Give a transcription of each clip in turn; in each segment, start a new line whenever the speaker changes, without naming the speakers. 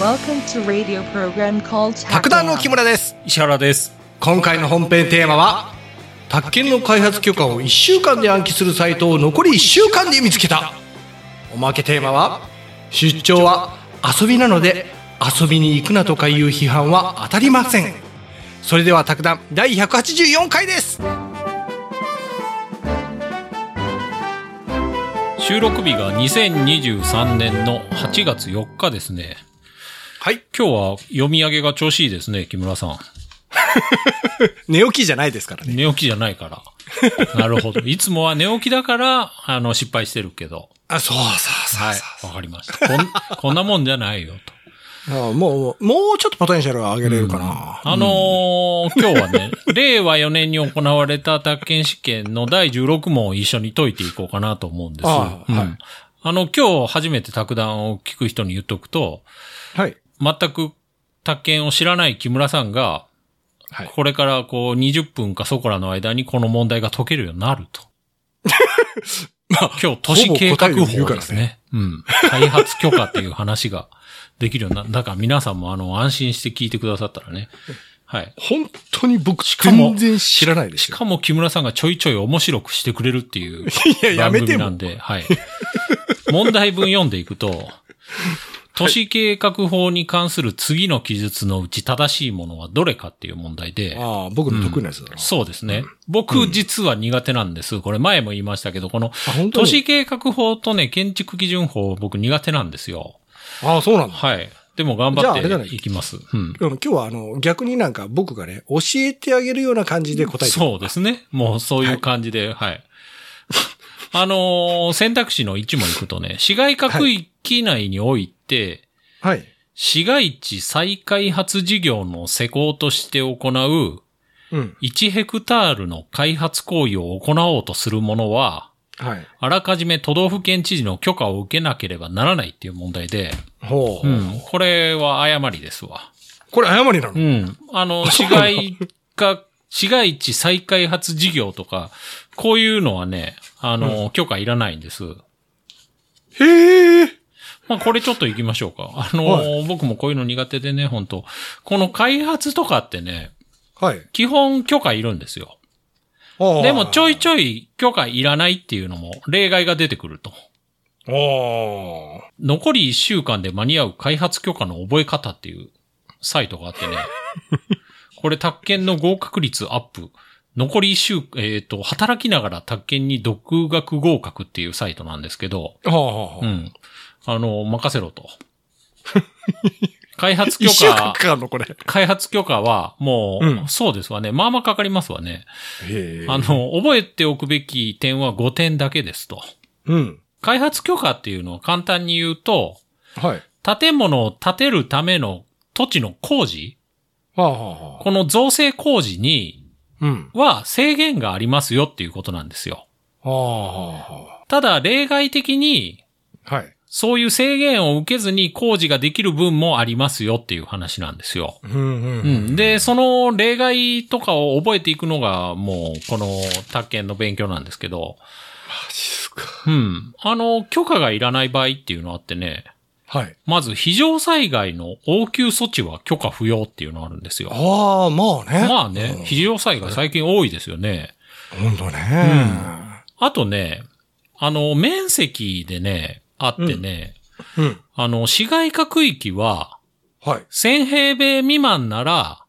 Welcome to radio program called
卓談の木村です
石原です。
今回の本編テーマは宅建の開発許可を1週間で暗記するサイトを残り1週間で見つけたおまけテーマは出張は遊びなので遊びに行くなとかいう批判は当たりませんそれでは卓談第184回です
収録日が2023年の8月4日ですね。
はい
今日は読み上げが調子いいですね、木村さん。
寝起きじゃないですからね
寝起きじゃないから。 なるほど。いつもは寝起きだから、あの、失敗してるけど。
あそうそうそう
はい
そ。
わかりました。こん、 こんなもんじゃないよ、と。
う、あもうもうちょっとポテンシャルは上げれるかな、
あのー今日はね、令和4年に行われた宅建試験の第16問を一緒に解いていこうかなと思うんです。
ああ
うん
はい
あの、今日初めて卓談を聞く人に言っとくと、
はい
全く宅建を知らない木村さんが、
はい
これからこう20分かそこらの間にこの問題が解けるようになる と。今日都市計画法
ほぼ答えを言うから
ですね。うん。開発許可っていう話ができるようになる。だから皆さんもあの安心して聞いてくださったらね。はい。
本当に僕
かも
全然知らないで
し
すよ
かも木村さんがちょいちょい面白くしてくれるっていう
いやや
番
めて
組
も
なんで、はい。問題文読んでい くと、都市計画法に関する次の記述のうち正しいものはどれかっていう問題で、
ああ僕の得意なやつだな、
そうですね。僕実は苦手なんです。これ前も言いましたけど、この
本当
都
に
市計画法とね、建築基準法僕苦手なんですよ。
ああそうなんだ
はい。でも頑
じゃああれじゃ
張
な
っ
い
ていきます。うん。
でも今日はあの、逆になんか僕がね、教えてあげるような感じで答えて
そうですね。もうそういう感じで、はい。 あのー選択肢の1も行くとね、市街化区域内において、
はい。
市街地再開発事業の施工として行う
うん。
1ヘクタールの開発行為を行おうとするものは、
はい。
あらかじめ都道府県知事の許可を受けなければならないっていう問題で、
ほう。
うん、これは誤りですわ。
これ誤りなの、
うん。あの、市街化、市街地再開発事業とか、こういうのはね、あの、許可いらないんです。
へえ。
まあ、これちょっと行きましょうか。あの、
は
僕もこういうの苦手でね、本当この開発とかってね、
はい。
基本許可いるんですよ。
ああ
でも、ちょいちょい許可いらないっていうのも、例外が出てくると。
ああ。
残り1週間で間に合う開発許可の覚え方っていうサイトがあっ てね。これ、宅建の合格率アップ。残り1週、えっ、と、働きながら宅建に独学合格っていうサイトなんですけど、
ああ。
うん。あの、任せろ と。開発許
一週間か、
可
かるのこれ。
開発許可はもう、
うん
そうですわね。まあまあかかりますわね。
へえ
あの、覚えておくべき点は5点だけですと。
うん。
開発許可っていうのは簡単に言うと、
はい。
建物を建てるための土地の工事
はあ、はあ。
この造成工事に
うん。
は制限がありますよっていうことなんですよ。
はあ、は
ただ、例外的に、
あ。はい。
そういう制限を受けずに工事ができる分もありますよっていう話なんですよ。
うん、うん。
うん。で、その例外とかを覚えていくのが、もう、この、宅建の勉強なんですけど、
マジっすか。
うん。あの、許可がいらない場合っていうのあってね、
はい。
まず、非常災害の応急措置は許可不要っていうのあるんですよ。
ああ、まあね。
まあね
う、ん
非常災害最近多いですよね。
ほんとね。
あとね、あの、面積でね、あってね、
うん。
あの、市街化区域は、
はい。
1000平米未満なら、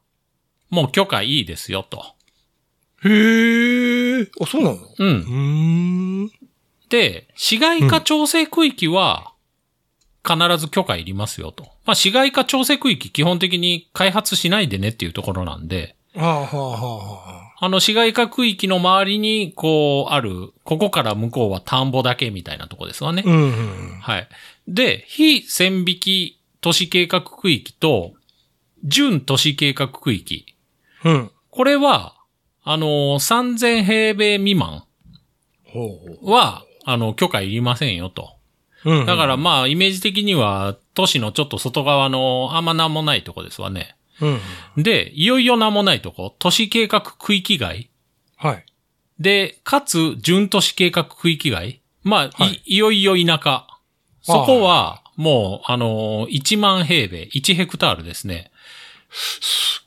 もう許可いいですよ、と。
へえ。あ、そうなのう
う
ー
ん。
ん。
で、市街化調整区域は、必ず許可いりますよ、と。まあ、市街化調整区域、基本的に開発しないでねっていうところなんで、
はあ、はあ、はあ。
あの、市街化区域の周りに、こう、ある、ここから向こうは田んぼだけみたいなとこですわね。
うんうん
はい。で、非線引き都市計画区域と、準都市計画区域。
うん。うん。
これは、あのー、3000平米未満
ほうほ
は、あの、許可いりませんよと。
う。うん
だから、まあ、イメージ的には、都市のちょっと外側のあんまなんもないとこですわね。
うん。
で、いよいよなんもないとこ、都市計画区域外。
はい。
で、かつ、準都市計画区域外。まあ、
はい
い、いよいよ田舎。そこは、もう、あのー、1万平米、1ヘクタールですね。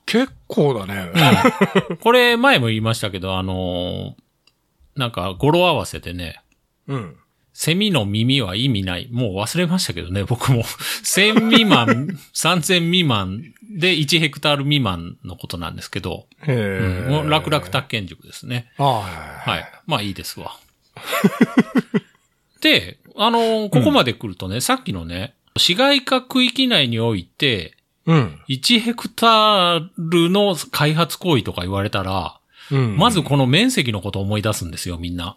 結構だね。
これ、前も言いましたけど、あのー、なんか、語呂合わせでね、
うん。
セミの耳は意味ない。もう忘れましたけどね、僕も。1000未満、3000未満で1ヘクタール未満のことなんですけど、
へ
うん
え
もう楽々宅建塾ですね。
ああ、
はい。まあいいですわ。 で、あのーここまで来るとね、さっきのね、市街化区域内において、
うん。
1ヘクタールの開発行為とか言われたら、
うん。
まずこの面積のことを思い出すんですよ、みんな。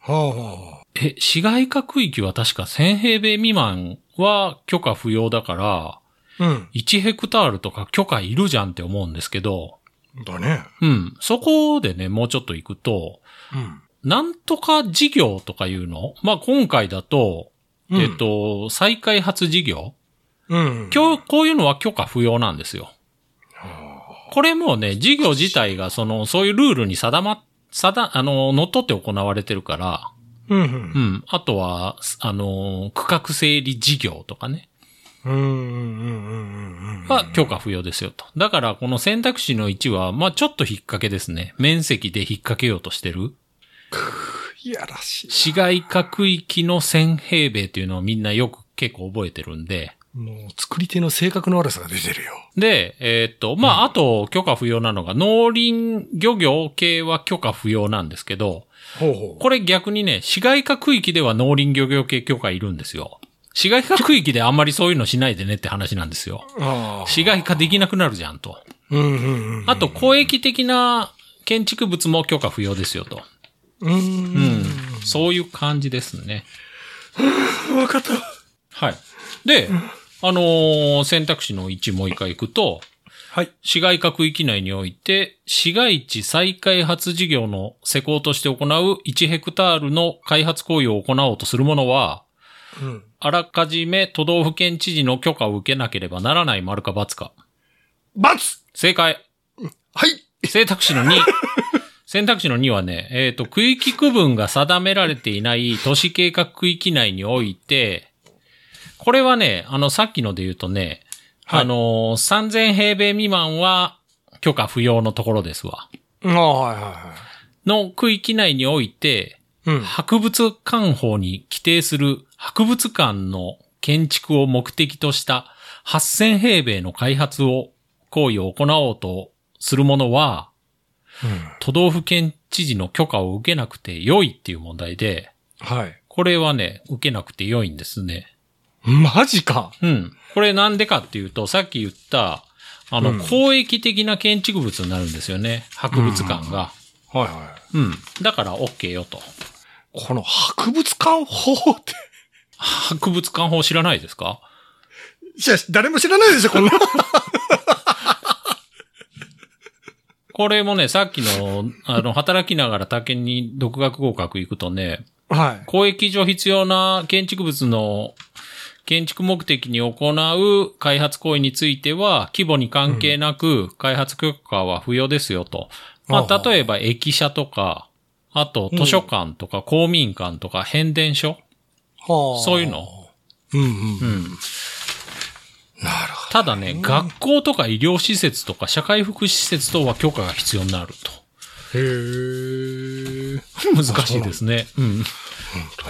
はあ、は
え、市街化区域は確か1000平米未満は許可不要だから、
あ。う
1ヘクタールとか許可いるじゃんって思うんですけど、
ん。だね。
うん。そこでね、もうちょっと行くと、
うん。
なんとか事業とかいうのまあ、今回だと、
うん
えっと、再開発事業
うん。
今日、こういうのは許可不要なんですよ。これもね、事業自体が、その、そういうルールに定ま、定、あの、乗っ取って行われてるから、
うん
う。ん。あとは、あの、区画整理事業とかね。
うん。うん。うん。うん。
は許可不要ですよと。だから、この選択肢の1は、まあ、ちょっと引っ掛けですね。面積で引っ掛けようとしてる。
いやらしい。
市街化区域の1000平米というのをみんなよく結構覚えてるんで。
もう、作り手の性格の悪さが出てるよ。
で、えーっと、まあ、あと許可不要なのが、農林漁業系は許可不要なんですけど、
ほうほ
これ逆にね、市街化区域では農林漁業系許可いるんですよ。市街化区域であんまりそういうのしないでねって話なんですよ。
う。ああ。
市街化できなくなるじゃんと。
うん。うん。うん。
あと、公益的な建築物も許可不要ですよと。
うん。
うん。そういう感じですね。
わかった。
はい。で、あのー選択肢の1もう一回行くと、
はい。
市街化区域内において、市街地再開発事業の施工として行う1ヘクタールの開発行為を行おうとするものは、
うん。
あらかじめ都道府県知事の許可を受けなければならない丸か×か。
バツ
正解。
はい。
選択肢の2。選択肢の2はね、えっ、と、区域区分が定められていない都市計画区域内において、これはね、あの、さっきので言うとね、
はい
あのー、3000平米未満は許可不要のところですわ。
ああ、はいはいは
の区域内において、
い。うん。
博物館法に規定する博物館の建築を目的とした8000平米の開発を、行為を行おうとするものは、都道府県知事の許可を受けなくて良いっていう問題で、
はい。
これはね、受けなくて良いんですね。
マジか。
うん。これなんでかっていうと、さっき言った、あの、
うん
公益的な建築物になるんですよね。博物館が。
はいは
うん。だから OK よと。
い。この博物館法って。
博物館法知らないですか
いや、誰も知らないでしょ、 こんな。
これもね、さっきの、あの、働きながら竹に独学合格行くとね、
はい。
公益上必要な建築物の建築目的に行う開発行為については、規模に関係なく開発許可は不要ですよと。ま
ああ
あ、例えば駅舎とか、あと図書館とか公民館とか変電所。
は
そういうの
うんうん。
うん。
なるほ
ただね、学校とか医療施設とか社会福祉施設等は許可が必要になると。
ど。へえ。
難しいですね。うん。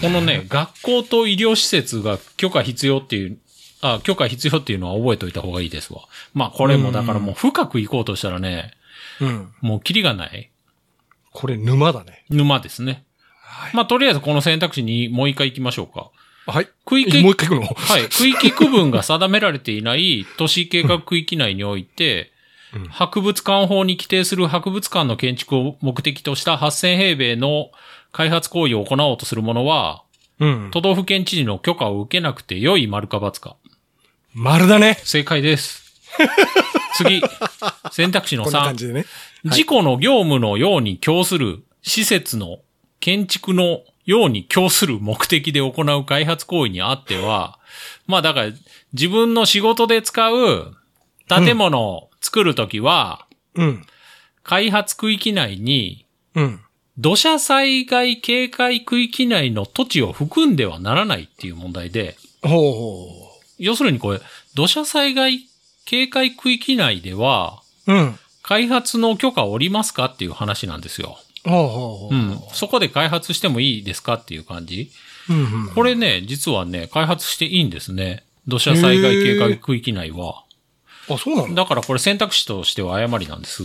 この ね、学校と医療施設が許可必要っていう、あ、許可必要っていうのは覚えておいた方がいいですわ。まあこれもだからもう深く行こうとしたらね、
うん。
もうキリがない
これ沼だね。
沼ですね。
はい。
まあとりあえずこの選択肢にもう一回行きましょうか。
はい。
区域
もう一回行くの
はい。区域区分が定められていない 都市計画区域内において、
うん
博物館法に規定する博物館の建築を目的とした8000平米の開発行為を行おうとするものは、
うん。
都道府県知事の許可を受けなくて良い丸か×か。
丸だね。
正 解です。次。選択肢の
こんな感
3。
じでね。
事故の業務のように供する施設の建築のように供する目的で行う開発行為にあっては、まあだから自分の仕事で使う建物を作るときは、
うん。
開発区域内に
うん。
土砂災害警戒区域内の土地を含んではならないっていう問題で、
ほうほ
要するにこれ、土砂災害警戒区域内では、
うん。
開発の許可おりますかっていう話なんですよ。
ほうほうほう。
うん。そこで開発してもいいですかっていう感じ。
うんうん
これね、実はね、開発していいんですね。土砂災害警戒区域内は。
あ、そうなんだ。
だからこれ選択肢としては誤りなんです。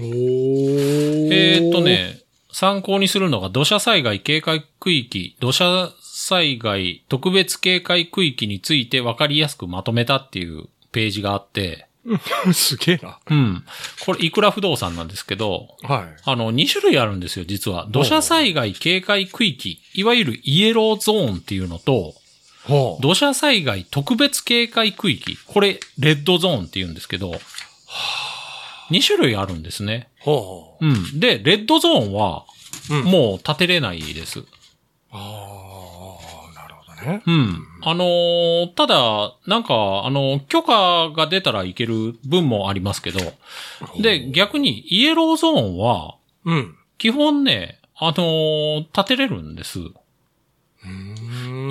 おー
えーっと。ね、参考にするのが土砂災害警戒区域、土砂災害特別警戒区域について分かりやすくまとめたっていうページがあって、
すげえな。
うん。これ、いくら不動産なんですけど、
はい。
あの、2種類あるんですよ、実は。土砂災害警戒区域、いわゆるイエローゾーンっていうのと、
ほう。
土砂災害特別警戒区域、これ、レッドゾーンって言うんですけど、2種類あるんですね。
ほ
うん。で、レッドゾーンは、
う。うん。
もう建てれないです。
ああ、なるほどね。
うん。あのーただ、なんか、あのー許可が出たらいける分もありますけど、で、逆に、イエローゾーンは、
うん。
基本ね、あのー建てれるんです。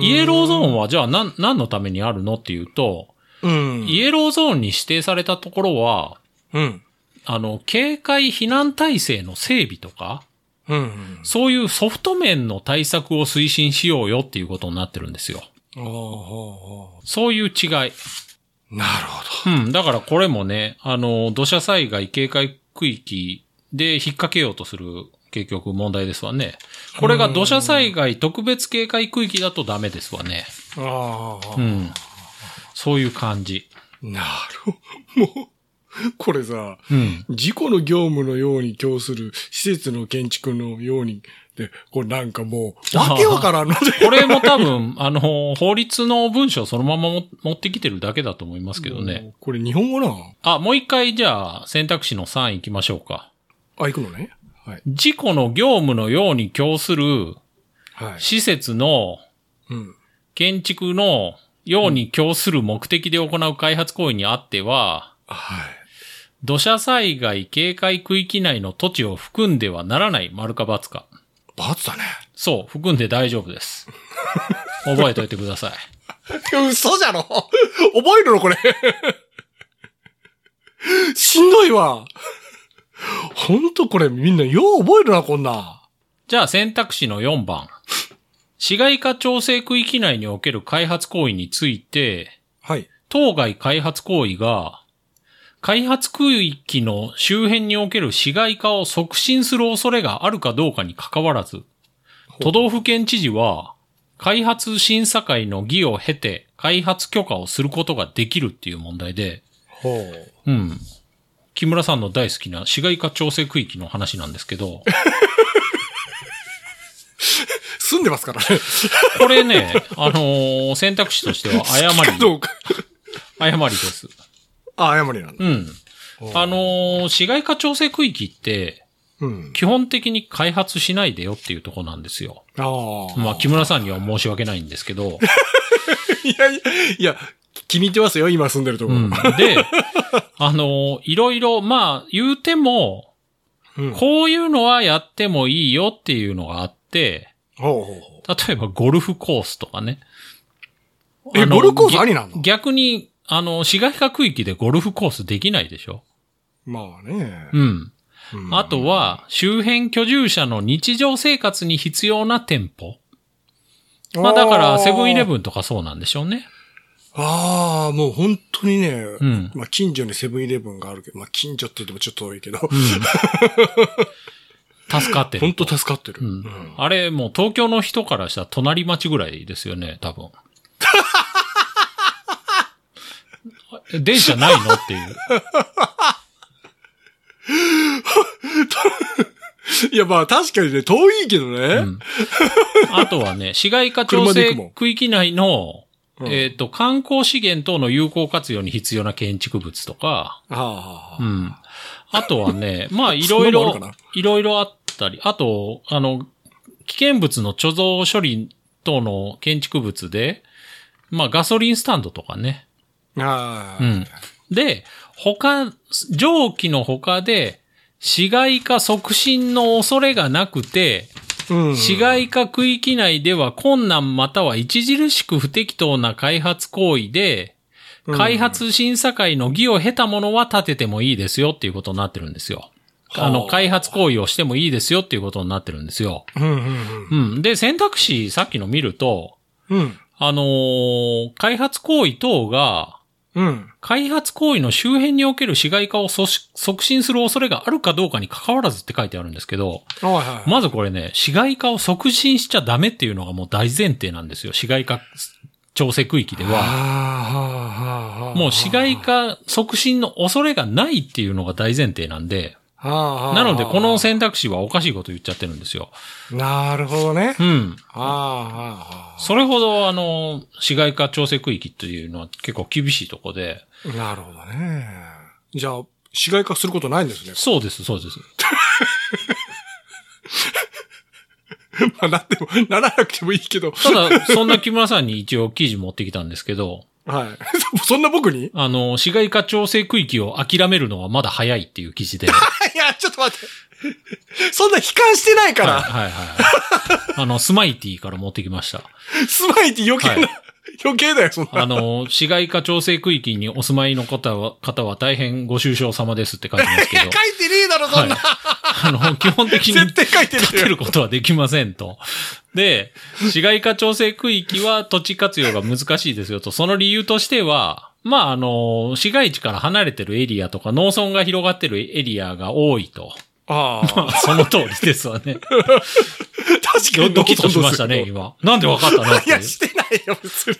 イ
イ
エローゾーン
は、
は、じゃあ、なん、何のためにあるのっていうと、
うん。
イエローゾーンに指定されたところは、
うん。
あの、警戒避難体制の整備とか、
うん。
そういうソフト面の対策を推進しようよっていうことになってるんですよ。
ほうほうほ
そういう違い。
う。なるほど。
うん、だからこれもね、あの、土砂災害警戒区域で引っ掛けようとする結局問題ですわね。これが土砂災害特別警戒区域だとダメですわね。
ああ、
うん。そういう感じ。
なるほど。 もう、これさ、
うん。
事故の業務のように供する施設の建築のように、で、これなんかもう、わけわからんの で。
これも多分、 あの、法律の文章そのままも持ってきてるだけだと思いますけどね。
もう。これ日本語なの
あ、もう一回じゃあ選択肢の3行きましょうか。
あ、行くのね。はい。
事故の業務のように供する
はい。
施設の
うん。
建築のように供する目的で行う開発行為にあっては、
はい。
土砂災害警戒区域内の土地を含んではならない、丸か×か。
罰だね。
そう、含んで大丈夫です。覚えといてください。
嘘じゃろ覚えるのこれ。しんどいわ。ほんとこれみんなよう覚えるな、こんな。
じゃあ選択肢の4番。市街化調整区域内における開発行為について、
はい。
当該開発行為が、開発区域の周辺における市街化を促進する恐れがあるかどうかに関わらず、都道府県知事は、開発審査会の議を経て、開発許可をすることができるっていう問題で、
ほう。
うん。木村さんの大好きな市街化調整区域の話なんですけど、
住んでますからね。
これね、あのー選択肢としては誤
けど
り、誤りです。
あ、謝りなんだ。
うん。あのー市街化調整区域って、
うん。
基本的に開発しないでよっていうとこなんですよ。
ああ。
まあ、木村さんには申し訳ないんです けど、
いやいや、いや、気に入ってますよ、今住んでるとこ
う
ろ。
ん。で、あのーいろいろ、まあ、言うても、
うんほう
こういうのはやってもいいよっていうのがあって、
ほうほ
例えばゴルフコースとかね。
う。え、
あの
ゴルフコース
ぎ
ありなの
逆に、あの、市街化区域でゴルフコースできないでしょ
まあね。
うん。
うん
あと、は、周辺居住者の日常生活に必要な店舗。まあだから、セブンイレ
ン。
ブンとかそうなんでしょうね。
あーあー、もう本当にね。
うん。
まあ近所にセブンイレブンがあるけど、まあ近所って言ってもちょっと遠いけど。
うん。助かって
本
る。
当助かってる。
う
うん
ん。あれ、もう東京の人からしたら隣町ぐらいですよね、多分。え電車ないのっていう。
いや、まあ確かにね、遠いけど
う
ね。
んあとはね、市街化調
車で行くも
整
ん
区域内の、
うん
えっ、と、観光資源等の有効活用に必要な建築物とか、
あ
う
あ。
ん。あと はね、まあ、い
そん
ろ
ないもんある
ろ
かな、
いろいろあったり、あと、あの、危険物の貯蔵処理等の建築物で、まあ、ガソリンスタンドとかね。
ああ。
うん。で、他、上記の他で、市街化促進の恐れがなくて、
うん。
市街化区域内では困難または著しく不適当な開発行為で、開発審査会の議を経たものは立ててもいいですよっていうことになってるんですよ。
はあ
あの、開発行為をしてもいいですよっていうことになってるんですよ。
うんうん
うん。で、選択肢、さっきの見ると、
うん。うん。
あのー開発行為等が、
うん。
開発行為の周辺における市街化を阻止促進する恐れがあるかどうかに関わらずって書いてあるんですけど、
はいはい。
まずこれね、市街化を促進しちゃダメっていうのがもう大前提なんですよ。市街化調整区域で
はあ
は。
はあはあ
もう市街化促進の恐れがないっていうのが大前提なんで、
はあはあ
なのでこの選択肢はおかしいこと言っちゃってるんですよ。
なるほどね。
うん。
はあはあは
それほどあの、市街化調整区域っていうのは結構厳しいとこで、
あなるほどね。じゃあ、市街化することないんですね。
そうです、そうです。
まあ、なっても、ならなくてもいいけど。
ただ、そんな木村さんに一応記事持ってきたんですけど、
はい。 そんな僕にい
あの、市街化調整区域を諦めるのはまだ早いっていう記事で。
や、ちょっと待って。そんな悲観してないか
はい
ら、
はいはい。あの、スマイティから持ってきました。
スマイティ余計な、
は
余計だよ、そんな。
あの、市街化調整区域にお住まいの方は、方は大変ご愁傷様ですって書いてます
い
け
や、
ど
書い。てねえだろ、そんな。
あの、基本的に
絶対書いてるよ
立てることはできませんと。で、市街化調整区域は土地活用が難しいですよと。その理由としては、まあ、あの、市街地から離れてるエリアとか農村が広がってるエリアが多いと。
ああ。
その通りですわ ね。
確かに
ドキッとしましたね、。今。なんでわかったのっ
い
ていう
や、してないよ、別に。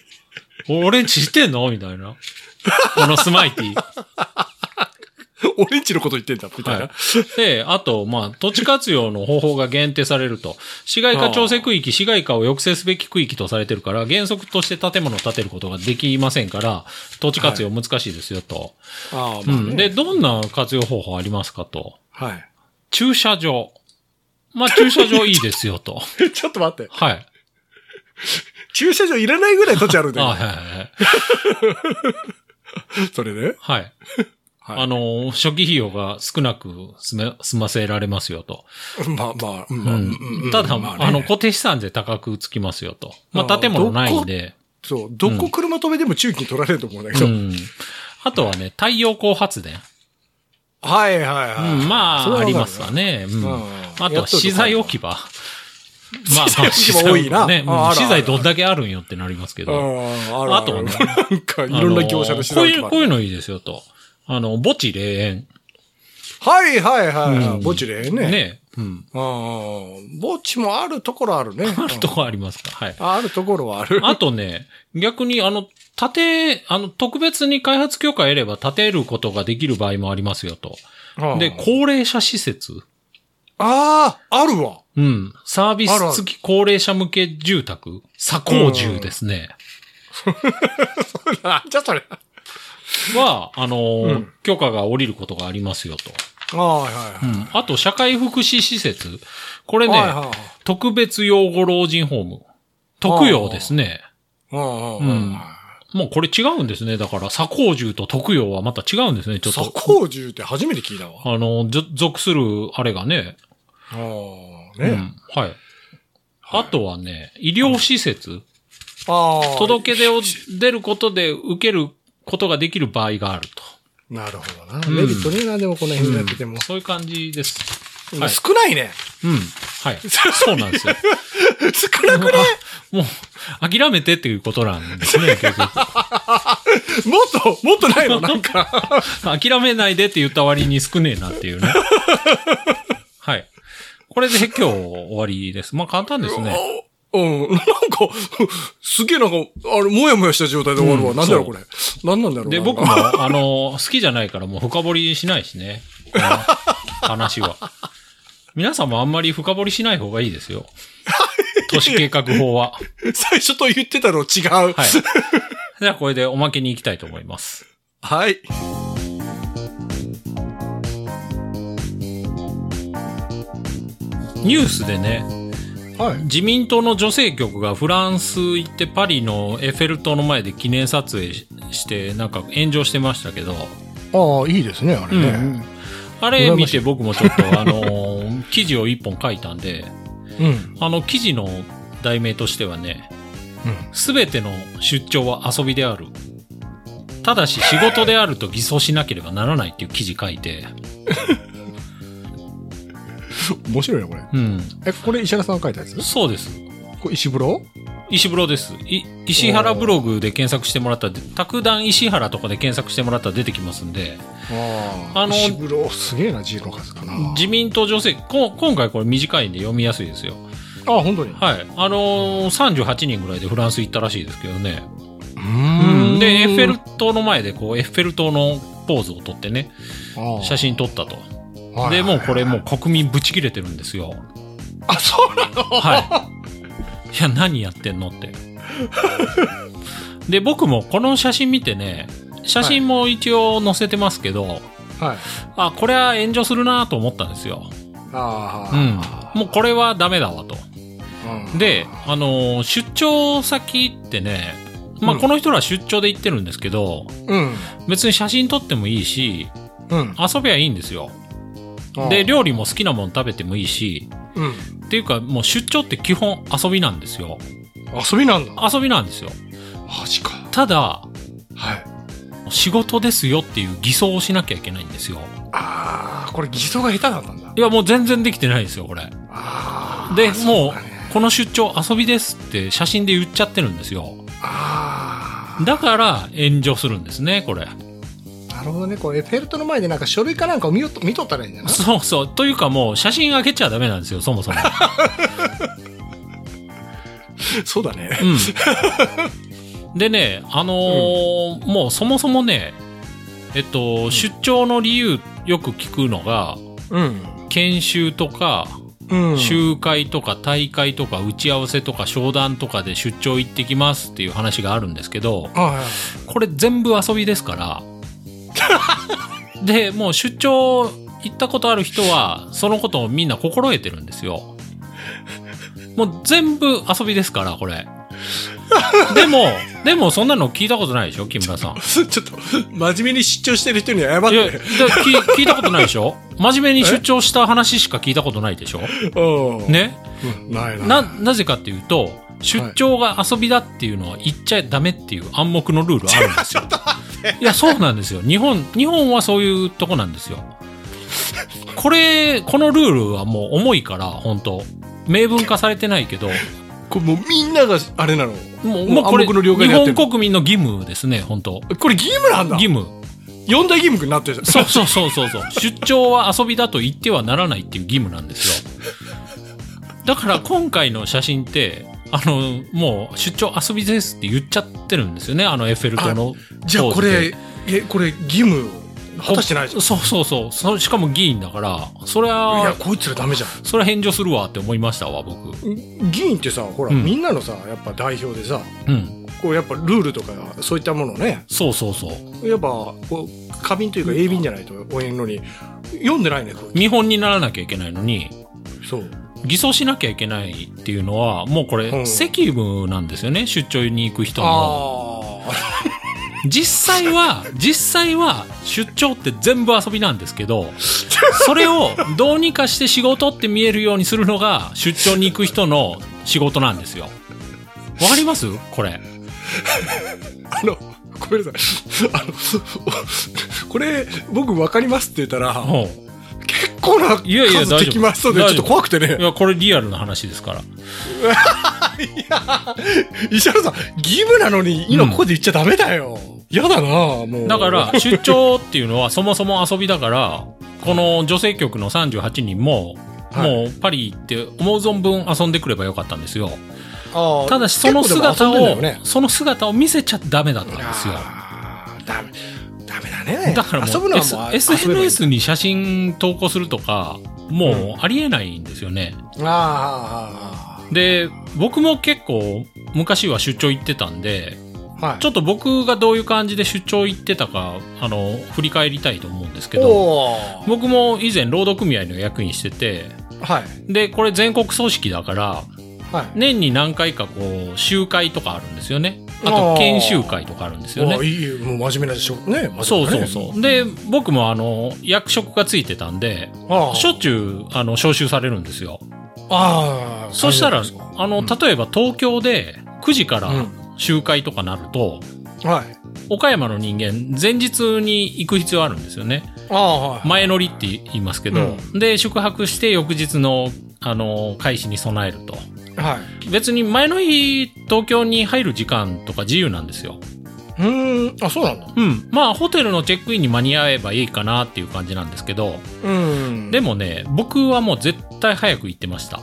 俺んち知ってんのみたいな。このスマイティ。
俺んちのこと言ってんだ、みたいな。
はい。で、あと、まあ、土地活用の方法が限定されると。市街化調整区域、市街化を抑制すべき区域とされてるから、原則として建物を建てることができませんから、土地活用難しいですよと。
ああ、
う
まあ、
ん。で、どんな活用方法ありますかと。
は
駐車場。まあ、駐車場いいです よと。
い。 ちょっと待って。
はい。
駐車場いらないぐらい土地あるん
あ
だ
は
よ
い。はいはい。
それね。
はい。
はい
あの、初期費用が少なく済め済ませられますよと。
まあまあ、うん
う
まあうんうん
んただ、
まね
あの、固定資産税高くつきますよと。ま
あ
あ、
ー
建物ないんで。
そう、どこ車止めでも中金取られると思うんだけ
う
ど。
ん。あとはね、太陽光発電。
はいはいは
う
い。
ん、ま
それ
あ、
は
あり
わかるな
ますわ。ね。うん。
うん
あとは資材置き場。まあ、
資材置き場多いな
資材もね、
ああるあるあ
うん
る
資材どんだけあるんよってなりますけ
う
ど。
ん、あるあ
あとはね
るなんか、いろんな業者の資
あの
材
こう
置
いう、
き
こ
場
ういうのいいですよと。あの、墓地霊園。
はいはいはいは
う
い。
ん
墓地でね。
ね。うん。
うん墓地もあるところあるね。
あるとこありますか。はい。
あるところはある。
あとね、逆にあの、建て、あの、特別に開発許可得れば建てることができる場合もありますよと。
うん
で、高齢者施設。
ああ、ある わ。
うん。サービス付き高齢者向け住宅。左高住ですね。
じゃあそれ。
は、あのー
うん
許可が下りることがありますよと。
ああ、はいは
う
い。
ん。あと、社会福祉施設。これ
は
ね、
いはいはい
特別養護老人ホーム。特養ですね。
うん
う
うんん。
もうこれ違うんですね。だから、左高住と特養はまた違うんですね。ちょっと。
左高銃って初めて聞いたわ。
あの、ぞ属するあれがね。
ああ、
う
ね。
ん。はい。あとはね、医療施設。
ああ。
届け出を出ることで受けることができる場合があると。
なるほどな。メリットねえな、でもこの辺やってても。
そういう感じです。
うん
はい
少ない ね。
うん。はい。そうなんですよ。
少なくね
もう、諦めてっていうことなんです ね、結局。
もっと、もっとないのなんか。
諦めないでって言った割に少ねえなっていうね。はい。これで今日終わりです。まあ簡単ですね。
うん。 なんか、すげえなんか、あれ、もやもやした状態で終わる
う
わ。
ん
なんだろう、
そ
こ
う
れ。なんなんだろう。
で、
なん
僕
か
も、あの、好きじゃないからもう深掘りしないしね。この話は。皆さんもあんまり深掘りしない方がいいです よ。都市計画法は。
最初と言ってたの違う。
はい。じゃあ、これでおまけに行きたいと思います。
はい。
ニュースでね、
はい。
自民党の女性局がフランス行ってパリのエッフェル塔の前で記念撮影しして、なんか炎上してましたけど、
ああ、いいですね、あれね。
あれ見て僕もちょっと、あのー記事を一本書いたんで、
うん。
あの、記事の題名としてはね
う、
すべ、ての出張は遊びである。ただし仕事であると偽装しなければならないっていう記事書いて、
面白いな、これ。
うん。
え、これ石原さんが書いたやつ
そうです。
これ石風呂
石風呂です。い石原ブログで検索してもらったら、卓談石原とかで検索してもらったら出てきますんで、
あ
あの
石風呂、すげえな、字の数かな。あ、
自民党女性、こ今回これ短いんで読みやすいですよ。
本当に。
はい。あのー、38人ぐらいでフランス行ったらしいですけどね。
う
うん。で、エッフェル塔の前で、こう、エッフェル塔のポーズを撮ってね、
ル
写真撮ったと。で、もうこれもう国民ブチ切れてるんですよ。
あ、そうなの
はい。いや、何やってんのって。で、僕もこの写真見てね、写真も一応載せてますけど、
はい。
あ、これは炎上するなと思ったんですよ。
あ
う
あ。
ん。もうこれはダメだわと。
うん
で、あのー出張先ってね、まあ、
うん
この人ら出張で行ってるんですけど、
うん。
別に写真撮ってもいいし、
うん。
遊びはいいんですよ。で、料理も好きなもの食べてもいいし、
うん。
っていうかもう出張って基本遊びなんですよ。
遊びなんだ。
遊びなんですよ。
マジか。
ただ、
はい。
仕事ですよっていう偽装をしなきゃいけないんですよ。
ああ、これ偽装が下手だったんだ
い。や、もう全然できてないですよ、これ。
ああ。
で、
そう
も
だね
う、この出張遊びですって写真で言っちゃってるんですよ。
あ
だから、炎上するんですね、これ。
あ。なるほどね。これ、エッフェルトの前でなんか書類かなんかを見よっと見とったらいいんだよな。
そうそう。というかもう、写真あげちゃダメなんですよ、そもそも。
そうだね。
うん。でね、あのーもうそもそもね、えっと、出張の理由、よく聞くのが、
うん。
研修とか、
うん。
集会とか大会とか打ち合わせとか商談とかで出張行ってきますっていう話があるんですけど、
あ
これ全部遊びです から。で、もう出張行ったことある人は、そのことをみんな心得てるんですよ。もう全部遊びですから、これ。 でも、でもそんなの聞いたことないでしょ、木村さん。
あ。ちょっと、真面目に出張してる人に謝っ
いや、
て。
だ聞聞いたことないでしょ真面目に出張した話しか聞いたことないでしょ
うん。
ね
うん。ないな。
な、なぜかっていうと、出張が遊びだっていうのは言っちゃダメっていう暗黙のルールあるんで すよ。いや、そうなんですよ。日本、日本はそういうとこなんですよ。これ、このルールはもう重いから、本当明文化されてないけど、
これもうみんなが、あれなの。
もう、
も
も
う
うこれ、
暗黙の了解
日
でやってる
本国民の義務ですね、本当
これ義務なんだ。
義務。
四大義務になってるじ
そうそうそうそうそう。出張は遊びだと言ってはならないっていう義務なんですよ。だから今回の写真って、あの、もう出張遊びですって言っちゃってるんですよね、あのエッフェル塔の
ゃん。じゃあこれ、え、これ義務を果たしてないじゃん。
そうそうそうそ。しかも議員だから、そり
いや、
ゃ、
こいつらダメじゃん。
そりゃ返上するわって思いましたわ、僕。
議員ってさ、ほら、
うん
みんなのさ、やっぱ代表でさ、
うん。
こうやっぱルールとかそういったものをね、
そうそうそう。
やっぱこう花瓶というか鋭敏じゃないと応援のに読んでないねこい
見本にならなきゃいけないのに、
つそう
偽装しなきゃいけないっていうのは、もうこ
う
れ、
ん
責務なんですよね、出張に行く人の。
あ
実際は、実際は出張って全部遊びなんですけど、それをどうにかして仕事って見えるようにするのが出張に行く人の仕事なんですよ。わかりますこれ。
あのごめんなさいあの これ僕分かりますって言ったら
も
結構ない
やいや
数できますので
大
ちょ
丈
っ
夫
と怖くて
う。い
ね
や、これリアルな話ですから。
石原さん義務なのに今ここで言っちゃダメだよ嫌だなもう
だから、出張っていうのはそもそも遊びだから、この女性局の38人
は
も、
い
もうパリ行って思う存分遊んでくればよかったんですよ。
あー
ただし、その姿
結構でも遊ん
を
でんだよね、
その姿を見せちゃダメだったんですよ。
あーダメダメだね
だからもう
遊ぶのは
S-
もう遊べばいい
SNS に写真投稿するとか、もうありえないんですよね。
あ
で、僕も結構昔は出張行ってたんで、
あはい
ちょっと僕がどういう感じで出張行ってたか、あの、振り返りたいと思うんですけど、
おー
僕も以前労働組合の役員してて、
はい
で、これ全国組織だから、
はい
年に何回かこう、集会とかあるんですよね。あ
あ
と、
ー
研修会とかあるんですよね
あ。いいよもう真面目な仕事ね
そうそうそう。で、僕もあの、役職がついてたんで、
うああ
しょっちゅう、あの、招集されるんですよ。
ああ
そしたら
そうですか、
あの、
うん
例えば東京で9時から
うん
集会とかなると、
はい
岡山の人間、前日に行く必要あるんですよね。
ああ、はい。
前乗りって言いますけど、で、宿泊して翌日の、あの、開始に備えると。
はい。
別に前の日、東京に入る時間とか自由なんですよ。
うーん、あ、そうなんだ。
うん。まあ、ホテルのチェックインに間に合えばいいかなっていう感じなんですけど、
うん。
でもね、僕はもう絶対早く行って ました。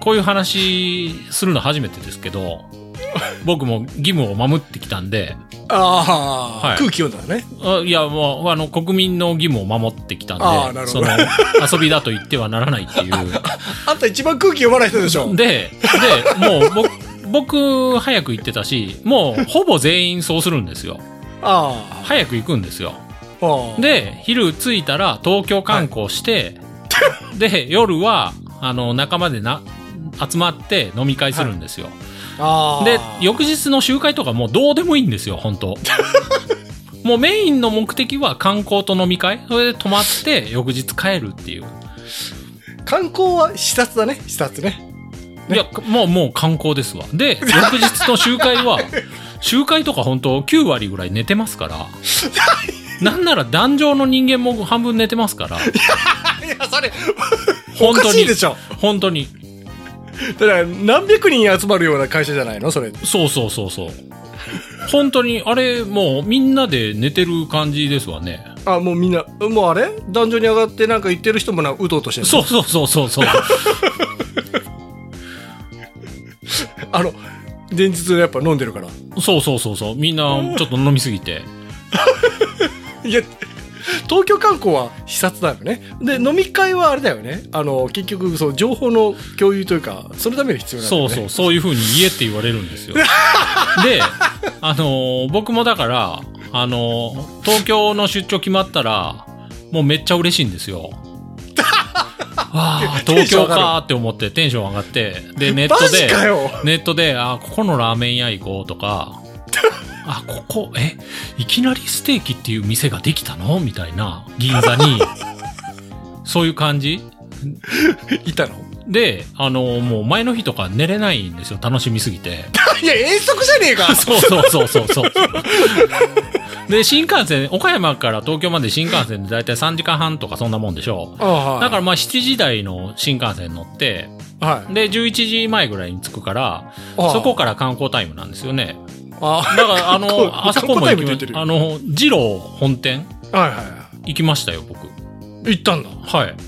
こういう話するの初めてですけど、僕も義務を守ってきたんで、
ああ、
はい
空気読んだね。
あいや、もう、あの、国民の義務を守ってきた
あー
ん
な
で、
る
そ
ほ
の
ど、
遊びだと言ってはならないっていう。
あんた一番空気読まない人でしょ。
で、で、もう、僕、僕、早く行ってたし、もう、ほぼ全員そうするんですよ。
あ
早く行くんですよ。
あ。ああ、
で、昼着いたら東京観光して、で、夜は、あの、仲間でな、集まって飲み会するんですよ。
ああ。
で、翌日の集会とかもうどうでもいいんですよ、本当もうメインの目的は観光と飲み会。それで泊まって、翌日帰るっていう。
観光は視察だね、視察ね。
いや、もう、もう観光ですわ。で、翌日の集会は、集会とか本当9割ぐらい寝てますから。なんなら壇上の人間も半分寝てますから。
いや、それ、 お
本
か
当
し
に
いで。しょ。
本当に。
だから、何百人集まるような会社じゃないのそれ。
そうそうそうそう。本当に、あれ、もうみんなで寝てる感じですわね。
あ、もうみんな、もうあれ壇上に上がってなんか言ってる人もな、うとうとしてる。
そうそうそうそうそう。
あの、前日やっぱ飲んでるから。
そうそうそうそう。みんなちょっと飲みすぎて。
いや、東京観光は視察だよね。で、飲み会はあれだよね。あの、結局、そう、情報の共有というか、そのために必要なんだよ
そう
ね。
そう、そういう風に言えって言われるんで すよ。で、あのー僕もだから、あのー東京の出張決まったら、もうめっちゃ嬉しいんで すよ。ああ、東京かーって思ってテンション上がって、で、ネット
マジ
で、
かよ
ネットで、あ、ここのラーメン屋行こう とか、あ、ここ、え、いきなりステーキっていう店ができたのみたいな、銀 座に。そういう感じ
いたの
で、あの、もう前の日とか寝れないんですよ、楽しみすぎて。
いや、遠足じゃねえか
そうそうそうそう そう。で、新幹線、岡山から東京まで新幹線でだいたい3時間半とかそんなもんでしょう。
ああ、はい。
だからまあ7時台の新幹線乗って、
ら、はい。
で、11時前ぐらいに着くから、
ああ
そこから観光タイムなんですよね。
あ
だから、あ
観光
の、あそこも
観光タイ
行
ム
き
って言
ま
ってるよ
あの、二郎本店
あ、はいはいは
行きましたよ、僕。
い。行ったんだ。
はい。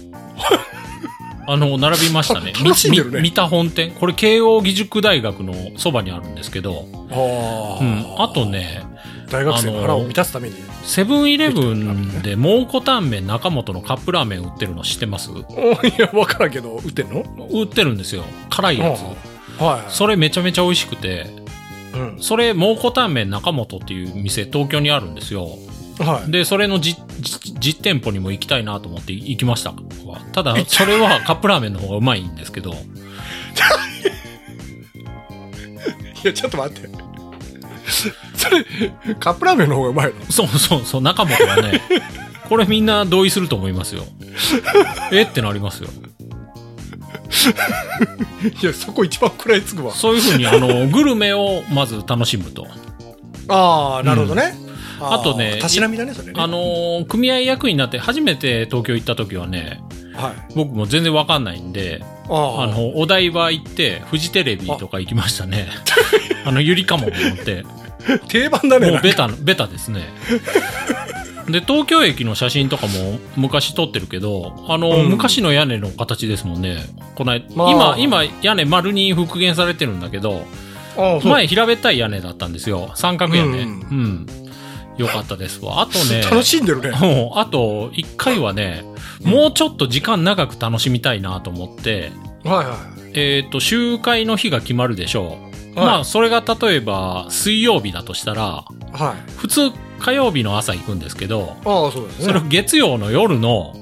あの、並びましたね。
楽しんでるね
みみ三田本店。これ、慶応義塾大学のそばにあるんですけど、
ああ、
うん。あとね、
大学生の腹を満たすために。
セブンイレブンで蒙古タンメン中本のカップラーメン売ってるの知ってます
おいや、わからんけど、打ってんの
売ってるんですよ。辛いやつ。
はい。
それめちゃめちゃ美味しくて、
うん。
それ蒙古タンメン中本っていう店、東京にあるんですよ。
はい。
で、それの実、実実店舗にも行きたいなと思って行きました。ただ、それはカップラーメンの方がうまいんですけど、
いや、ちょっと待って。それ、カップラーメンの方がうまいの
そうそうそう、中本はね、これみんな同意すると思いますよ。えってなりますよ。
いや、そこ一番食らいつくわ。
そういうふうに、あの、グルメをまず楽しむと。
ああ、なるほどね。
あとね
たしなみだね、それね。
あのー組合役員になって初めて東京行った時はね、
はい。
僕も全然わかんないんで、
あ
あ
あ
の、お台場行って、フジテレビとか行きましたね。あの、ゆりかもと思って。
定番だね。な
もうん
か
ベタ、ベタですね。で、東京駅の写真とかも昔撮ってるけど、あの、
うん
昔の屋根の形ですもんね。この間、
まあ
今、今、屋根丸に復元されてるんだけど、
ああそう
前平べったい屋根だったんですよ。三角屋根。う
うんん。
よかったですわ。あとね、
楽しんでるね。
もう、あと、一回はね、もうちょっと時間長く楽しみたいなと思って、
はいは
えっ、と、集会の日が決まるでしょう。
はい
まあ、それが例えば、水曜日だとしたら、
い。はい。
普通火曜日の朝行くんですけど、
ああ、そうです
それ
ね
を。月曜の夜の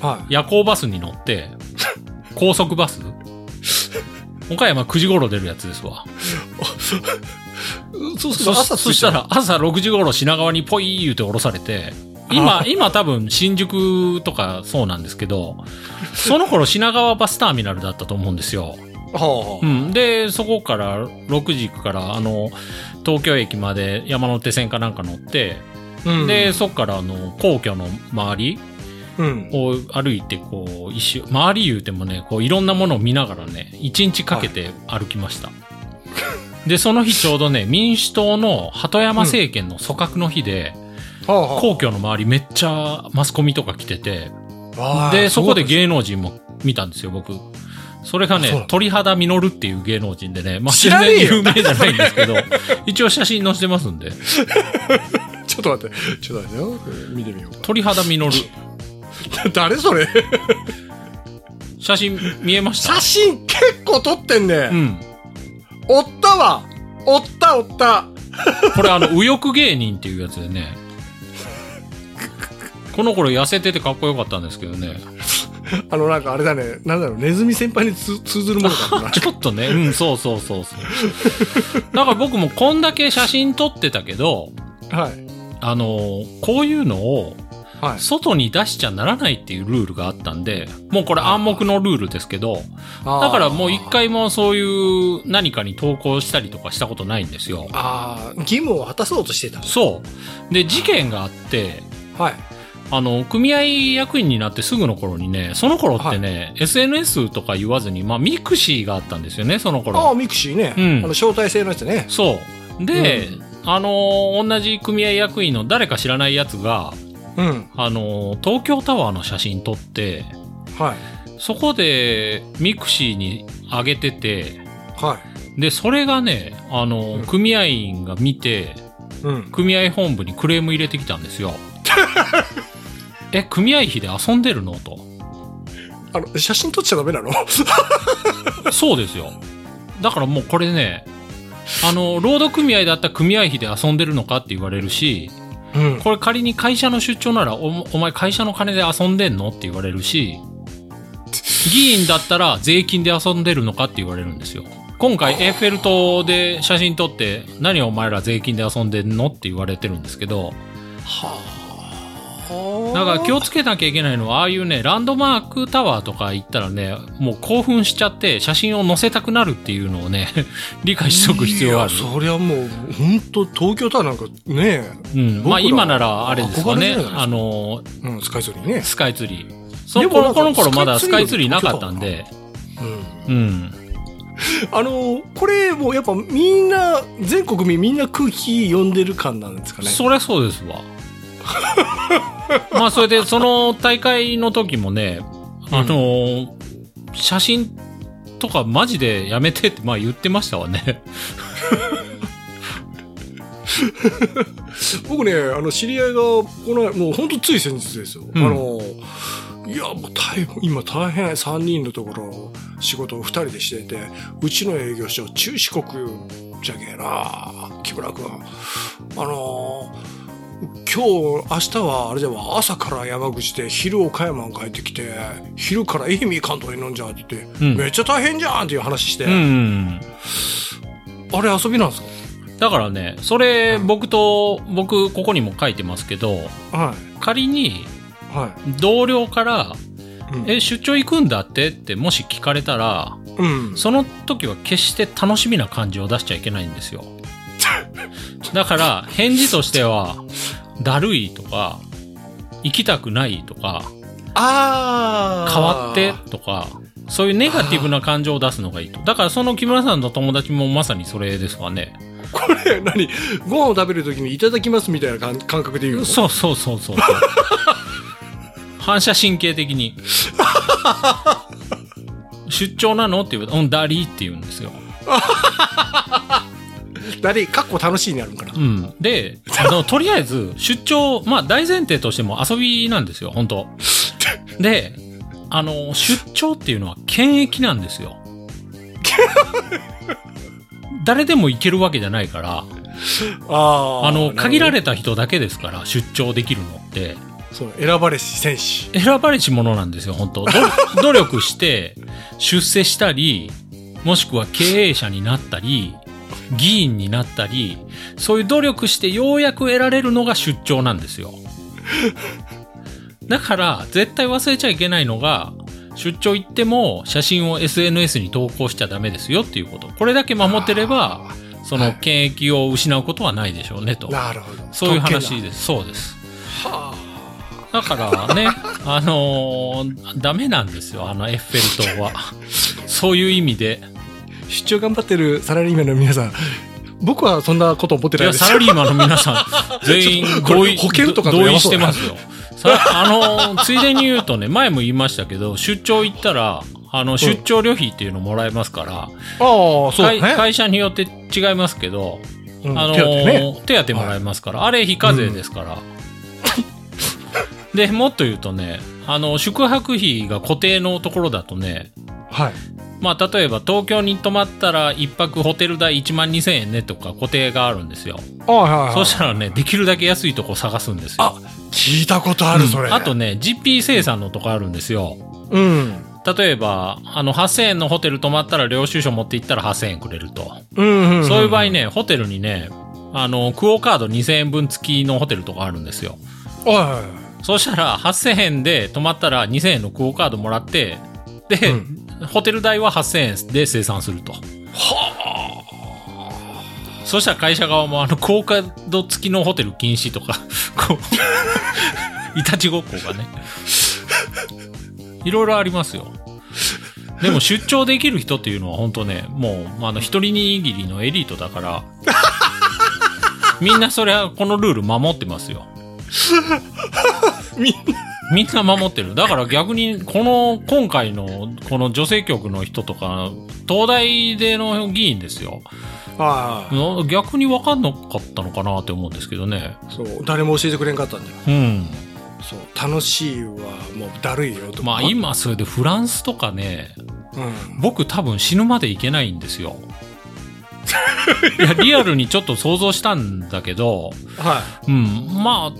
はい。
夜行バスに乗って、 高速バス岡山9時頃出るやつですわ。
そうそう、
そ
朝
そした。ら朝6時頃品川にポイー言うて降ろされて、今、今多分新宿とかそうなんですけど、その頃品川バスターミナルだったと思うんですよ。
は
う
あ、
ん。で、そこから、6時行くから、あの、東京駅まで山手線かなんか乗って、
うん
で、そこから、あの、皇居の周り
うん、
を歩いて、こう、一周、周り言うてもね、こう、いろんなものを見ながらね、一日かけて歩きました。で、その日ちょうどね、民主党の鳩山政権の組閣の日で、
はあはあ
皇居の周りめっちゃマスコミとか来てて、
ああ
で、そこで
う
芸能人も見たんですよ、僕。それが
あそうな
ね
の、
鳥肌実るっていう芸能人でね、まあ、
知
全
らねえ
然
よ
有名じゃないんですけど、一応写真載せてますんで、
だちょっと待ってちょっと待ってよ見てみよう
鳥肌実る。
か 誰それ
写真見えました
写真結構撮ってんね、
うん。
おったわおったおった
これあの、右翼芸人っていうやつでね、この頃痩せててかっこよかったんですけどね、
あのなんかあれだねなんだろうネズミ先輩に通通ずるものだな
ちょっとね、うん、そうそうそうそう。だから僕もこんだけ写真撮ってたけど、
はい
あのこういうのを、
はい
外に出しちゃならないっていうルールがあったんで、もうこれ暗黙のルールですけど、だからもう一回もそういう何かに投稿したりとかしたことないんですよ。
あーあー義務を果たそうとしてた
そう。で、事件があって、
はい
あの、組合役員になってすぐの頃にね、その頃ってね、SNS とか言わずに、まあ、ミクシーがあったんですよね、その
ああ
頃。
ミクシーね、
うん
あの招待制のやつね
そう。で、
う
あのー同じ組合役員の誰か知らないやつが、
うん
あのー東京タワーの写真撮って、
はい
そこでミクシーに上げてて、
はい
で、それがね、あの、
うん
組合員が見て、
うん
組合本部にクレーム入れてきたんで すよ。え、組合費で遊んでるのと。
あの写真撮っちゃダメなの
そうですよ。だからもうこれね、あの、労働組合だったら組合費で遊んでるのかって言われるし、
うん
これ仮に会社の出張なら、おお前会社の金で遊んでんのって言われるし、議員だったら税金で遊んでるのかって言われるんですよ。今回エッフェル塔で写真撮って、何お前ら税金で遊んでんのって言われてるんですけど、
は
だから気をつけなきゃいけないのは、ああいうね、ランドマークタワーとか行ったらね、もう興奮しちゃって写真を載せたくなるっていうのをね、 理解しとく必要がある
い。やそりゃもう本当東京タワーなんかね
うん。まあ
僕ら
今ならあれですか
憧れじゃ
ね
ないで、すか
あの、
うん、スカイツリーね。
スカイツリー。その
でもなん
頃、
か
この頃まだ
ス
スカ
カ
イ
イ
ツ
ツ
リ
リ
ー
ー
なかったんで、
うん。
うん。
あのー、これもうやっぱみんな、全国民みんな空気読んでる感なんですかね。
そりゃそうで すわ。まあそれで、その大会の時もね、あのー写真とかマジでやめてって、まあ言ってましたわね。
僕ね、あの、知り合いが、この、もうほんとつい先日ですよ。
うん
あのー、いや、もう大変、今大変、3人のところ、仕事を2人でしていて、うちの営業所、中四国じゃけえな、木村君。あのー、今日明日はあれでは朝から山口で昼岡山に帰ってきて昼から愛媛関東に飲んじゃうって言って、
うん
めっちゃ大変じゃんっていう話して、
うん。
あれ遊びなんです
だからね、それ
うん
僕と、僕ここにも書いてますけど、
かは
仮に
いは
同僚から、
い、うん、
え、出張行くんだってってもし聞かれたら、
うん
その時は決して楽しみな感じを出しちゃいけないんですよ。 だから、返事としては、だるいとか、行きたくないとか、
あー
変わってとか、そういうネガティブな感情を出すのがいいと。だからその木村さんの友達もまさにそれですわね。
これ何ご飯を食べるときにいただきますみたいな感感覚で言うの
そうそうそうそう。 反射神経的に。 出張なのって言うと、うん、ダリーって言うんですよ。
誰かっこ楽しいにあるんかな
うん。で、あの、とりあえず、出張、まあ、大前提としても遊びなんですよ、本当で、あの、出張っていうのは検疫なんで すよ。誰でも行けるわけじゃないから、
あー
あの、限ら
なる
れた人だけですから、出張できるのって。
ほどそう選ばれし戦士
選ばれし者なんですよ、本当努 努力して、出世したり、もしくは経営者になったり、議員になったり、そういう努力してようやく得られるのが出張なんですよ。だから、絶対忘れちゃいけないのが、出張行っても写真を SNS に投稿しちゃダメですよっていうこと。これだけ守ってれば、その権益を失うことはないでしょうねと。
なるほど
そういう
特
話
権
です。そうです。
だは
だから ね、あのーダメなんですよ、あのエッフェル塔は。そういう意味で。
あ出張頑張ってるサラリーマンの皆さん僕はそんなこと思って
い
ない
や、
です
サラリーマンの皆さん、全
ちょ
員
っとこれ
同意、
保険とかの
同
や
意
ば
し
そうだ
て
な
ますよ。さあの、ついでに言うとね、前も言いましたけど、出張行ったら、あの、出張旅費っていうのもらえますから、
ああそう
会
だね、
会社によって違いますけど、
うん
あの
手当てね
手当てもらえますから、あれ非課税ですから。で、もっと言うとね、あの、宿泊費が固定のところだとね、
はい
まあ、例えば東京に泊まったら一泊ホテル代1万2000円ねとか固定があるんですよ。
ああはいはい
そしたらね、できるだけ安いとこ探すんですよ。
あ聞いたことあるそれ、
あとね、GP 生産のとこあるんですよ。
うん
例えば、あの、8000円のホテル泊まったら領収書持って行ったら8000円くれると。
うんんん
そういう場合ね、ホテルにね、あの、クオカード2000円分付きのホテルとかあるんですよ。
はいはいはい
そうしたら、8000円で泊まったら2000円のクオカードもらって、で、
う
ホテル代は8000円で生産すると。はあ。そしたら会社側も、あの、クオカード付きのホテル禁止とか、 こう、いたちごっこがね。いろいろありますよ。でも出張できる人っていうのは本当ね、もう、あの、一人握りのエリートだ から、みんなそれはこのルール守ってますよ。みんな守ってる。だから逆に、この、今回の、この女性局の人とか、東大での議員ですよ。
はいはい
の逆に分かんなかったのかなって思うんですけどね。
そう誰も教えてくれんかったんだよ
うん。
そう楽しいはもうだるいよとか
まあ今、それでフランスとかね、
うん
僕多分死ぬまで行けないんです よ。いや、リアルにちょっと想像したんだけど、
は
うん、まあ、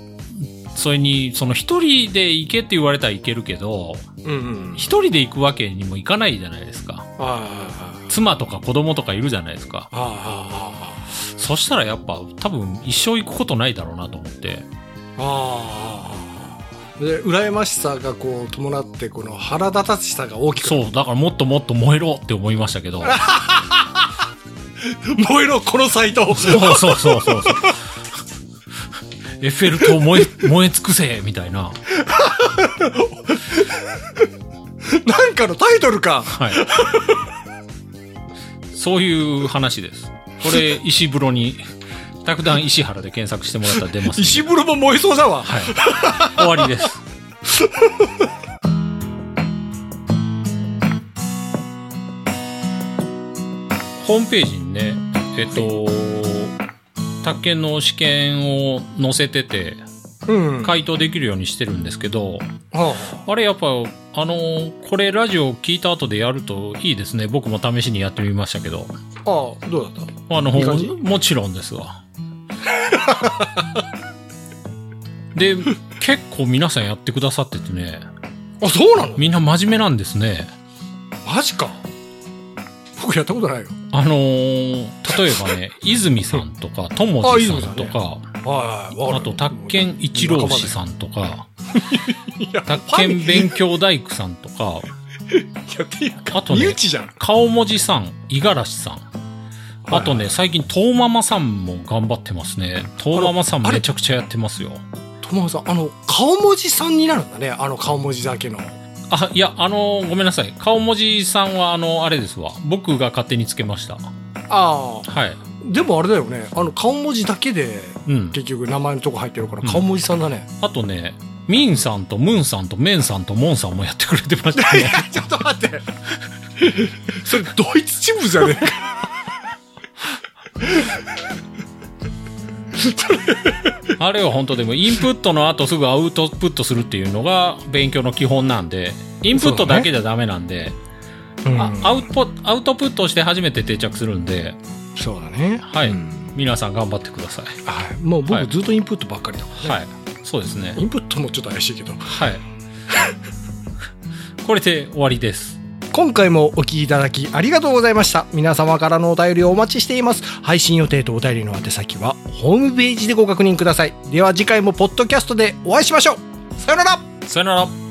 それに、その一人で行けって言われたら行けるけど、
いうんうん
一人で行くわけにもいかないじゃないですか。
はいはい
妻とか子供とかいるじゃないですか。
はいはい
そしたらやっぱ多分一生行くことないだろうなと思って。
ああで羨ましさがこう伴ってこの腹立たしさが大きくなる
そう、だからもっともっと燃えろって思いましたけど。
燃えろこのサイト
そうそうそうそうそう。エッフェル塔燃え、燃え尽くせみたいな。
なんかのタイトルか
はい。そういう話です。これ、石風呂に、卓談石原で検索してもらったら出ますんで。
石風呂も燃えそうだわ
はい。 終わりです。ホームページにね、えっと、宅建の試験を載せてて、
うん
回答できるようにしてるんですけど、
は
あれやっぱ、あの、これラジオ聞いた後でやるといいですね。僕も試しにやってみましたけど。
あああどうだっ
あの、
いい感じ
もちろんですわ。 で、結構皆さんやってくださっててね、
たあそうなの
みんな真面目なんですね。
マジか僕やったことないよ
あのー例えば ね、泉さんとか、ともじさんとか、
はいはい
あ
わかる
と、宅建一郎氏さんとか、宅建勉強大工さんとか、
いやっていうか
あとね
身内じゃん
顔文字さん、五十嵐さん。あとね、最近、とうママさんも頑張ってますね。とうママさん
あれ
めちゃくちゃやってますよ。
友さんあの顔文字さんになるんだねあの顔文字だけの
あ、いや、あのごめんなさい。顔文字さんは、あの、あれですわ。僕が勝手につけました。
ああ
はい。
でもあれだよねあの顔文字だけで
うん。
結局名前のとこ入ってるから
うん
顔文字さんだね、
あとね、ミンさんとムンさんとメンさんとモンさんもやってくれてました
いや
ね。
ちょっと待ってそれドイツチームじゃねえか
あれは本当でも、インプットの後すぐアウトプットするっていうのが勉強の基本なんで、インプットだけじゃダメなんで、あアウトアウトプットして初めて定着するんで、
そうだね
はい
うん
皆さん頑張ってください。
はい、もう
は
僕
い
ずっとインプットばっかりだもんね、
はい。そうですね
イ。ンプットもちょっと怪しいけど
はい。これで終わりです。
今回もお聞きいただきありがとうございました皆様からのお便りをお待ちしています配信予定とお便りの宛先はホームページでご確認くださいでは次回もポッドキャストでお会いしましょうさよなら
さよなら。